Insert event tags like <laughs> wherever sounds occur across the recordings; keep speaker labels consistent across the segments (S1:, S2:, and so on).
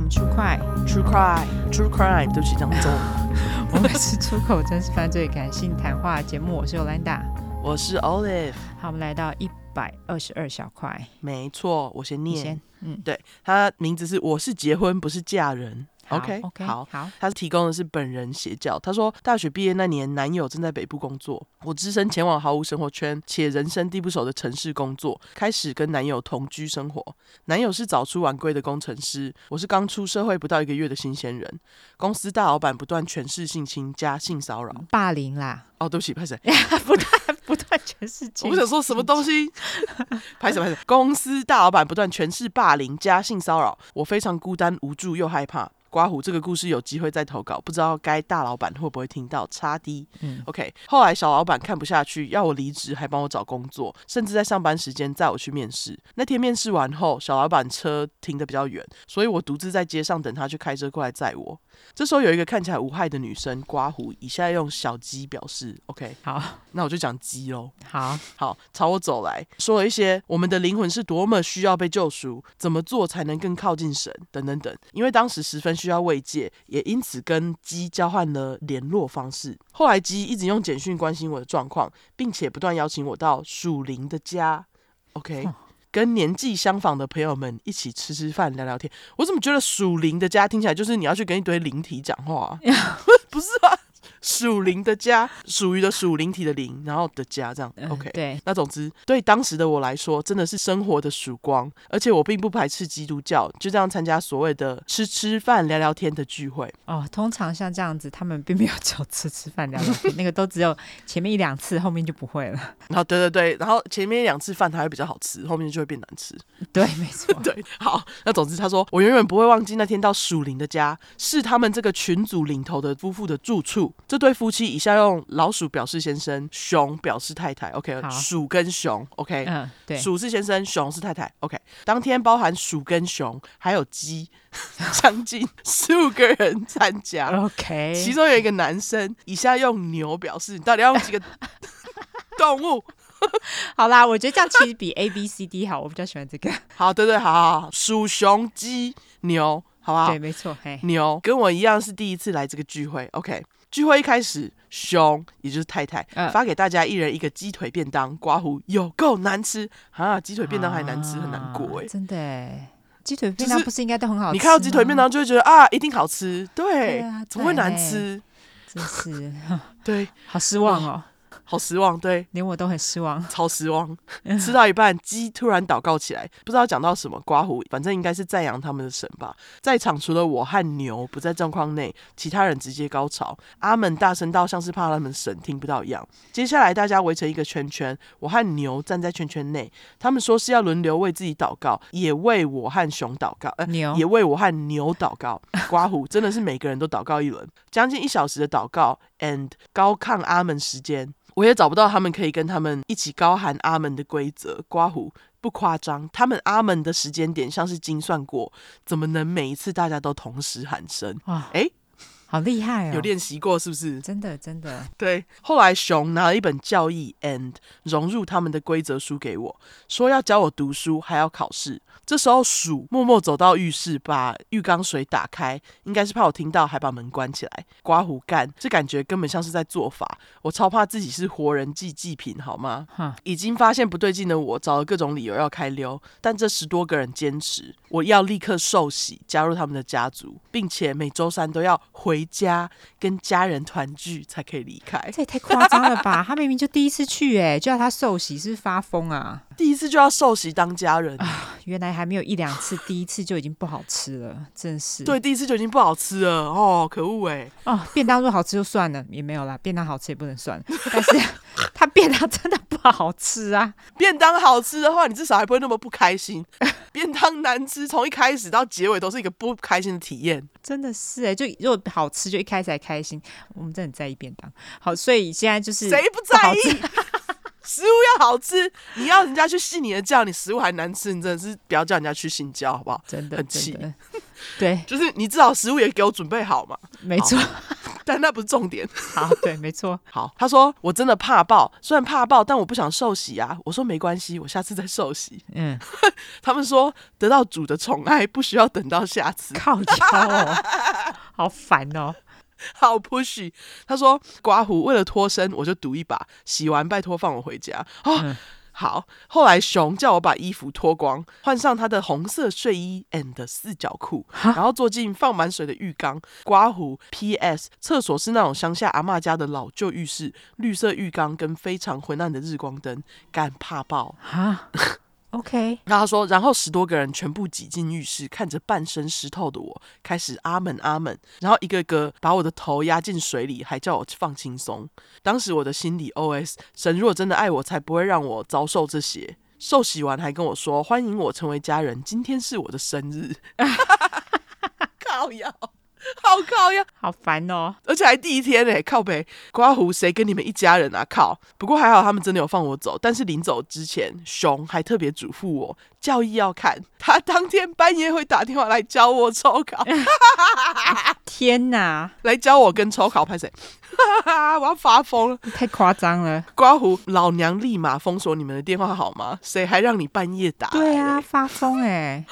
S1: 们出
S2: <laughs>
S1: 快，
S2: True crime，True crime，对不起，讲中文。
S1: 我们是出口真实犯罪感性谈话节目，我是 Yolanda。
S2: <laughs> 我是 Olive，
S1: 好，我们来到一百二十二小块，
S2: 没错，我先
S1: 你
S2: 念。
S1: 先，嗯
S2: 对，他名字是我是结婚，不是嫁人。
S1: 好
S2: OK
S1: ，OK，
S2: 好。
S1: 好，
S2: 他提供的是本人邪教。他说，大学毕业那年，男友正在北部工作，我只身前往毫无生活圈且人生地不熟的城市工作，开始跟男友同居生活。男友是早出晚归的工程师，我是刚出社会不到一个月的新鲜人。公司大老板不断诠释性侵加性骚扰。
S1: 霸
S2: <laughs>
S1: 凌啦，
S2: 哦，对不起，拍谁？
S1: 不断不断全是
S2: 我不想说什么东西，拍什么拍什么。公司大老板不断诠释霸凌加性骚扰，我非常孤单无助又害怕。刮胡这个故事有机会再投稿，不知道该大老板会不会听到。差低
S1: 嗯
S2: ，OK。后来小老板看不下去，要我离职，还帮我找工作，甚至在上班时间载我去面试。那天面试完后，小老板车停得比较远，所以我独自在街上等他去开车过来载我。这时候有一个看起来无害的女生刮胡，以下用小鸡表示 OK，
S1: 好
S2: 那我就讲鸡喽。
S1: 好，
S2: 好，朝我走来，说了一些我们的灵魂是多么需要被救赎，怎么做才能更靠近神，等等等。因为当时十分需要慰藉，也因此跟鸡交换了联络方式。后来鸡一直用简讯关心我的状况，并且不断邀请我到属灵的家。OK
S1: 哦。
S2: 跟年纪相仿的朋友们一起吃吃饭、聊聊天，我怎么觉得属灵的家听起来就是你要去跟一堆灵体讲话、啊，不是啊？属灵的家，属于的属灵体的灵，然后的家这样。
S1: 嗯
S2: OK，
S1: 对，
S2: 那总之，对当时的我来说，真的是生活的曙光。而且我并不排斥基督教，就这样参加所谓的吃吃饭、聊聊天的聚会。
S1: 哦，通常像这样子，他们并没有走吃吃饭聊聊
S2: <laughs>
S1: 天，那个都只有前面一两次，后面就不会了。
S2: 然后，对对对，然后前面两次饭还会比较好吃，后面就会变难吃。
S1: 对，没错，
S2: <laughs> 对，好，那总之他说，我永远不会忘记那天到属灵的家，是他们这个群组领头的夫妇的住处。这对夫妻以下用老鼠表示先生，熊表示太太。OK，
S1: 好
S2: 鼠跟熊。OK，
S1: 嗯，对，
S2: 鼠是先生，熊是太太。OK，当天包含鼠跟熊还有鸡， <laughs> 将近十五个人参加，
S1: <laughs> OK，
S2: 其中有一个男生。以下用牛表示，你到底要用
S1: <laughs>
S2: 几个动物？
S1: 好啦，我觉得这样其实比 A B C D 好，我比较喜欢这个。
S2: 好，对对，好好好，鼠、熊、鸡、牛，好不好
S1: 对，？没错，嘿，
S2: 牛跟我一样是第一次来这个聚会。OK，聚会一开始，熊也就是太太、
S1: 嗯
S2: 发给大家一人一个鸡腿便当，刮胡有够难吃啊！鸡腿便当还难吃，很难过哎、
S1: 啊真的哎，鸡腿便
S2: 就
S1: 当
S2: 是
S1: 不是应该都很好吃吗？
S2: 你看到鸡腿便当就会觉得啊，一定好吃，对，
S1: 对啊
S2: 怎么会难
S1: 对
S2: 吃？
S1: 真是
S2: 对，
S1: 好失望
S2: <laughs>
S1: 哦，
S2: 好失望，对，
S1: 连我都很失望。
S2: 超失
S1: <laughs>
S2: 望。吃到一半，鸡突然祷告起来，不知道讲到什么，刮胡，反正应该是赞扬他们的神吧。在场除了我和牛不在状况内，其他人直接高潮，阿门大声到像是怕他们神听不到一样。接下来大家围成一个圈圈，我和牛站在圈圈内，他们说是要轮流为自己祷告，也为我和熊祷告，呃，
S1: 牛
S2: 也为我和牛祷告。刮胡真的是每个人都祷告一轮，将近一小时的祷告，and 高亢阿门时间，我也找不到他们可以跟他们一起高喊阿门的规则。刮胡不夸张，他们阿门的时间点像是精算过，怎么能每一次大家都同时喊声？
S1: 哇，
S2: 诶
S1: 好厉害哦，
S2: 哎有练习过是不是？
S1: 真的真的，
S2: 对，后来熊拿了一本教义 and 融入他们的规则书给我，说要教我读书，还要考试。这时候鼠默默走到浴室，把浴缸水打开，应该是怕我听到，还把门关起来。刮胡干，这感觉根本像是在做法，我超怕自己是活人祭祭品，好吗？
S1: 哈，
S2: 已经发现不对劲的我，找了各种理由要开溜，但这十多个人坚持，我要立刻受洗，加入他们的家族，并且每周三都要回家跟家人团聚才可以离开。
S1: 这也太夸张了吧？ <laughs> 他明明就第一次去，哎，就要他受洗，是不是发疯啊？
S2: 第一次就要受洗当家人，
S1: 原来还没有一两次，第一次就已经不好吃了，真是。
S2: 对，第一次就已经不好吃了哦，可恶哎！
S1: 哦，便当如果好吃就算了，也没有啦，便当好吃也不能算，但是 <laughs> 他便当真的不好吃啊。
S2: 便当好吃的话，你至少还不会那么不开心。便当难吃，从一开始到结尾都是一个不开心的体验。
S1: 真的是哎、就如果好吃，就一开始还开心。我们真的很在意便当，好，所以现在就是
S2: 谁不在意？ <laughs> 食物要好吃，你要人家去信你的教，你食物还难吃，你真的是不要叫人家去信教，好不好？
S1: 真的
S2: 很
S1: 真
S2: 气
S1: 的，对，
S2: 就是你至少食物也给我准备好嘛。 <laughs>
S1: 没错，
S2: 但那不是重点。
S1: 好，对，没错，
S2: 好，他说我真的怕爆，虽然怕爆，但我不想受洗啊。我说没关系，我下次再受洗。
S1: 嗯，
S2: 他们说得到主的宠爱不需要等到下次，
S1: 靠腰哦，好烦
S2: <laughs>
S1: 哦，
S2: 好 pushy。他说刮胡为了脱身，我就赌一把，洗完拜托放我回家哦。
S1: 嗯
S2: 好，后来熊叫我把衣服脱光，换上他的红色睡衣 and 四角裤，然后坐进放满水的浴缸。刮胡 P.S. 厕所是那种乡下阿嬷家的老旧浴室，绿色浴缸跟非常昏暗的日光灯，干怕爆。
S1: 啊，OK，
S2: 然后他说，然后十多个人全部挤进浴室，看着半身湿透的我，开始阿门阿门，然后一个个把我的头压进水里，还叫我放轻松。当时我的心里 OS：神若真的爱我，才不会让我遭受这些。受洗完还跟我说：“欢迎我成为家人，今天是我的生日。” <laughs> 靠腰，好靠腰，
S1: 好烦哦，
S2: 而且还第一天呢、靠北刮胡，谁跟你们一家人啊？靠！不过还好他们真的有放我走，但是临走之前，熊还特别嘱咐我教义要看，他当天半夜会打电话来教我抽考， <laughs>
S1: 天哪，
S2: 来教我跟抽考拍谁， <laughs> 我要发疯了！
S1: 你太夸张了，
S2: 刮胡，老娘立马封锁你们的电话好吗？谁还让你半夜打来欸嘞？
S1: 对啊，发疯哎、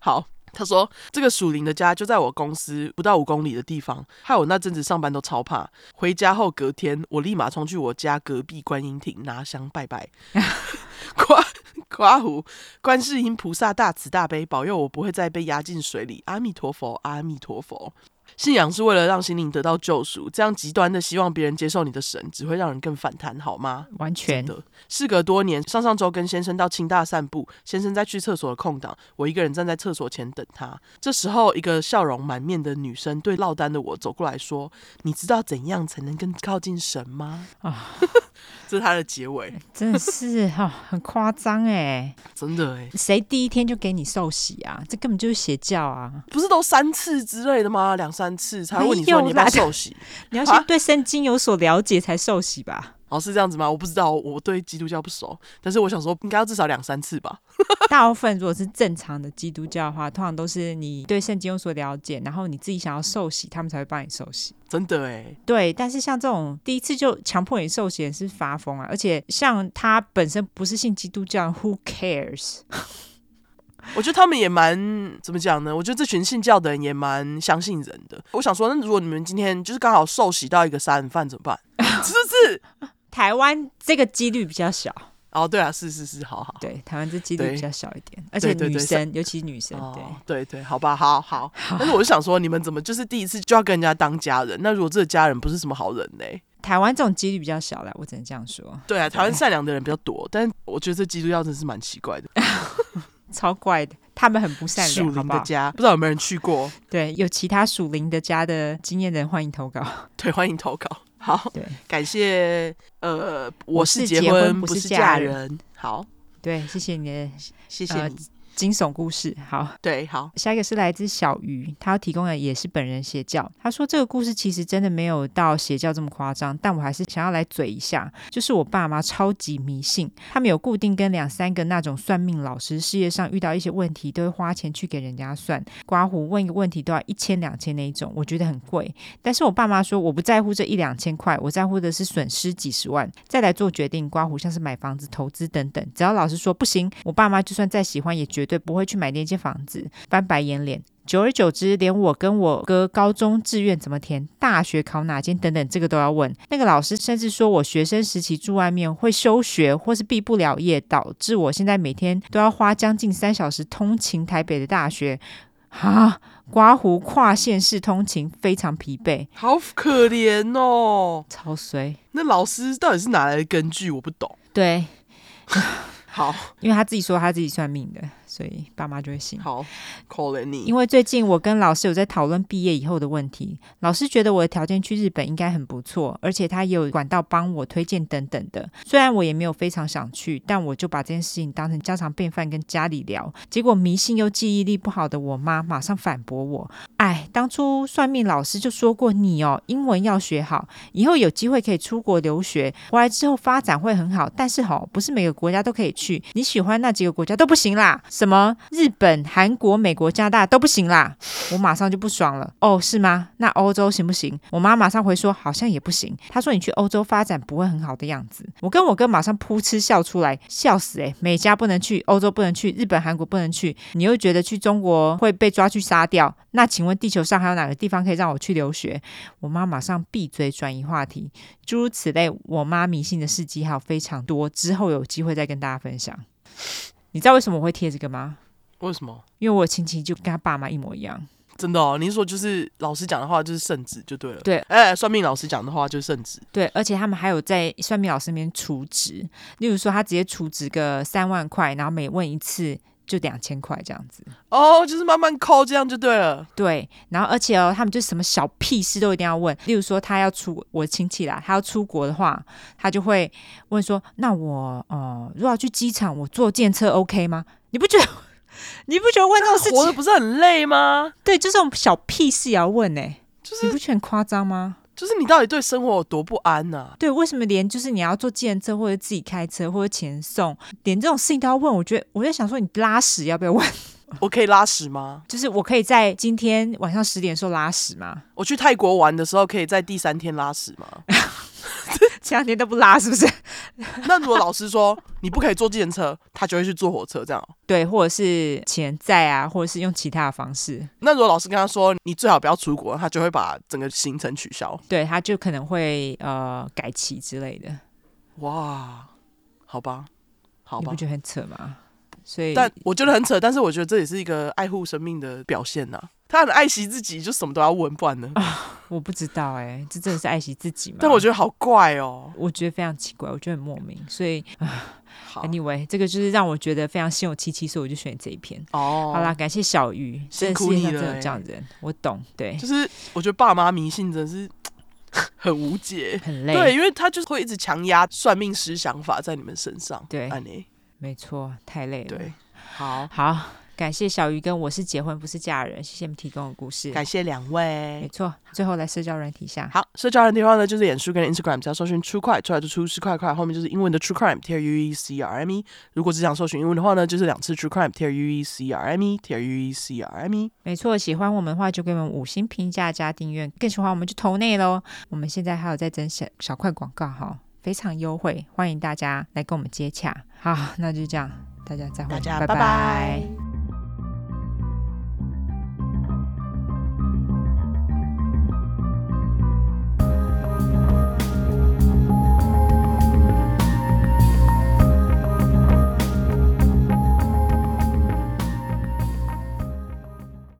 S2: 好，他说这个属灵的家就在我公司不到五公里的地方，害我那阵子上班都超怕。回家后隔天，我立马冲去我家隔壁观音亭拿香拜拜，刮刮胡，观世音菩萨大慈大悲保佑我不会再被压进水里，阿弥陀佛，阿弥陀佛。信仰是为了让心灵得到救赎，这样极端的希望别人接受你的神，只会让人更反弹，好吗？
S1: 完全
S2: 的。事隔多年，上上周跟先生到清大散步，先生在去厕所的空档，我一个人站在厕所前等他。这时候，一个笑容满面的女生对落单的我走过来说：“你知道怎样才能更靠近神吗？” <laughs> 啊
S1: 啊，
S2: 这是他的结尾，
S1: 真的是哈、哦，很夸张哎，
S2: 真的哎，
S1: 谁第一天就给你受洗啊？这根本就是邪教啊！
S2: 不是都三次之类的吗？两三次才问你
S1: 没
S2: 说
S1: 有啦
S2: 你要不要受洗？
S1: 你要
S2: 啊
S1: 先对圣经有所了解才受洗吧。
S2: 哦，是这样子吗？我不知道，我对基督教不熟，但是我想说，应该要至少两三次吧。
S1: 大部分如果是正常的基督教的话，通常都是你对圣经有所了解，然后你自己想要受洗，他们才会帮你受洗。
S2: 真的哎，
S1: 对，但是像这种第一次就强迫你受洗的是发疯啊！而且像他本身不是信基督教，Who cares？
S2: 我觉得他们也蛮怎么讲呢？我觉得这群信教的人也蛮相信人的。我想说，那如果你们今天就是刚好受洗到一个杀人犯怎么
S1: <laughs>
S2: 办？是不是？
S1: 台湾这个几率比较小，
S2: 哦，对啊，是是是，好好。
S1: 对，台湾这几率
S2: 对
S1: 比较小一点，而且
S2: 对对
S1: 女
S2: 对
S1: 生，尤其女生，对
S2: 哦，对对，好吧，好
S1: <laughs>
S2: 好。但是我就想说，你们怎么就是第一次就要跟人家当家人？那如果这个家人不是什么好人呢？
S1: 台湾这种几率比较小啦，我只能这样说，
S2: 对啊，台湾善良的人比较多，但我觉得这基督教真是蛮奇怪的。
S1: 超怪的，他们很不 <laughs> 善
S2: 属
S1: 良，好
S2: 灵
S1: 不
S2: 的
S1: 好？
S2: 家，不知道有没有人去过？
S1: 对，有其他属灵的家的经验的人欢迎投稿。 <laughs>
S2: 对，欢迎投稿。好，
S1: 对
S2: 感谢。呃，我
S1: 我
S2: 是
S1: 是
S2: 结
S1: 结婚不
S2: 不
S1: 是
S2: 是
S1: 嫁
S2: 嫁
S1: 人
S2: 人。好，
S1: 对，谢谢你的
S2: 谢谢
S1: 呃
S2: 你。
S1: 惊悚故事。好，
S2: 对，好，
S1: 下一个是来自小鱼，他提供的也是本人邪教。他说这个故事其实真的没有到邪教这么夸张，但我还是想要来嘴一下。就是我爸妈超级迷信，他们有固定跟两三个那种算命老师，事业上遇到一些问题都会花钱去给人家算，刮胡问一个问题都要一千两千那一种，我觉得很贵。但是我爸妈说我不在乎这一两千块，我在乎的是损失几十万，再来做决定。刮胡像是买房子、投资等等，只要老师说不行，我爸妈就算再喜欢，也绝对不会去买那间房子，翻白眼脸。久而久之，连我跟我哥高中志愿怎么填、大学考哪间等等，这个都要问。那个老师甚至说我学生时期住外面会休学，或是毕不了业，导致我现在每天都要花将近三小时通勤台北的大学。啊，刮胡跨县市通勤非常疲惫，
S2: 好可怜哦！
S1: 超衰。
S2: 那老师到底是哪来的根据？我不懂。
S1: 对，
S2: <laughs> 好
S1: 因为他自己说他自己算命的，所以爸妈就会信。
S2: 好，可怜你
S1: 因。为最近我跟老师有在讨论毕业以后的问题，老师觉得我的条件去日本应该很不错，而且他也有管道帮我推荐等等的。虽然我也没有非常想去，但我就把这件事情当成家常便饭跟家里聊。结果迷信又记忆力不好的我妈马上反驳我：“哎，当初算命老师就说过你哦，英文要学好，以后有机会可以出国留学，回来之后发展会很好。但是吼，不是每个国家都可以去，你喜欢那几个国家都不行啦。什什么日本、韩国、美国、加拿大都不行啦，我马上就不爽了。哦，是吗？那欧洲行不行？我妈马上回说好像也不行。她说你去欧洲发展不会很好的样子。我跟我哥马上噗嗤笑出来，笑死诶、美加不能去，欧洲不能去，日本、韩国不能去，你又觉得去中国会被抓去杀掉？那请问地球上还有哪个地方可以让我去留学？我妈马上闭嘴转移话题，诸如此类，我妈迷信的事迹还有非常多，之后有机会再跟大家分享。你知道为什么我会贴这个吗？
S2: 为什么？
S1: 因为我有亲戚就跟他爸妈一模一样，
S2: 真的哦，您说就是老师讲的话就是圣旨就对了。
S1: 对
S2: 哎、算命老师讲的话就是圣旨。
S1: 对，而且他们还有在算命老师那边除值，例如说他直接除值个三万块，然后每问一次就两千块这样子。
S2: 哦，就是慢慢抠，这样就对了。
S1: 对，然后而且哦，他们就什么小屁事都一定要问，例如说他要出我亲戚啦，他要出国的话，他就会问说：“那我呃，如果要去机场，我坐电车 OK 吗？”你不觉得？你不觉得问这种事
S2: 活的
S1: 情，
S2: 不是很累吗？
S1: 对，就这种小屁事也要问呢、
S2: 就
S1: 你
S2: 是
S1: 不觉得很夸张吗？
S2: 就是你到底对生活有多不安啊呐、
S1: 对，为什么连就是你要坐计程车或者自己开车或者钱送，连这种事情都要问？我觉得我在想说，你拉屎要不要问？ <laughs>
S2: 我可以拉屎吗？
S1: 就是我可以在今天晚上十点的时候拉屎吗？
S2: 我去泰国玩的时候可以在第三天拉屎吗？
S1: 前两天都不拉，是不是？
S2: 那如果老师说你不可以坐计程车，他就会去坐火车这样哦。
S1: 对，或者是钱在啊，或者是用其他的方式，
S2: 那如果老师跟他说你最好不要出国，他就会把整个行程取消。
S1: 对他就可能会呃改期之类的，
S2: 哇，好吧，好
S1: 你
S2: 吧
S1: 不，觉得很扯吗？所以，
S2: 但我觉得很扯，但是我觉得这也是一个爱护生命的表现呐、他很爱惜自己，就什么都要问，不然呢？
S1: 啊我不知道哎、这真的是爱惜自己吗？
S2: 但我觉得好怪哦。
S1: 我觉得非常奇怪，我觉得很莫名。所以
S2: 好，
S1: ，anyway，这个就是让我觉得非常心有戚戚，所以我就选这一篇。
S2: 哦，
S1: 好啦，，感谢小鱼，
S2: 辛
S1: 真的世
S2: 苦
S1: 界
S2: 你
S1: 上
S2: 了
S1: 真的有
S2: 欸
S1: 这样的人，我懂，对，
S2: 就是我觉得爸妈迷信真的是 <laughs> 很无解。
S1: 很累，
S2: 对，因为他就是会一直强压算命师想法在你们身上。
S1: 对
S2: 安妮，
S1: 没错，太累了。
S2: 对，，好，
S1: 好，感谢小鱼跟我是结婚不是嫁人，谢谢你们提供的故事。
S2: 感谢两
S1: 没
S2: 位。
S1: 错，最后来社交软体下，
S2: 好，社交人的话呢，就是脸书跟 Instagram，只要搜寻 True 快，出来就出是快快，后面就是英文的 True Crime，T R U E C R M E。如果只想搜寻英文的话呢，就是两次 True Crime，T R U E C R M E，T R U E C R M E。
S1: 没错，喜欢我们的话就给我们五星评价加订阅，更喜欢我们就投内喽。我们现在还有在整小小块广告哈，非常优惠，欢迎大家来跟我们接洽。好，那就这样，大家再会，
S2: 大家
S1: 拜
S2: 拜拜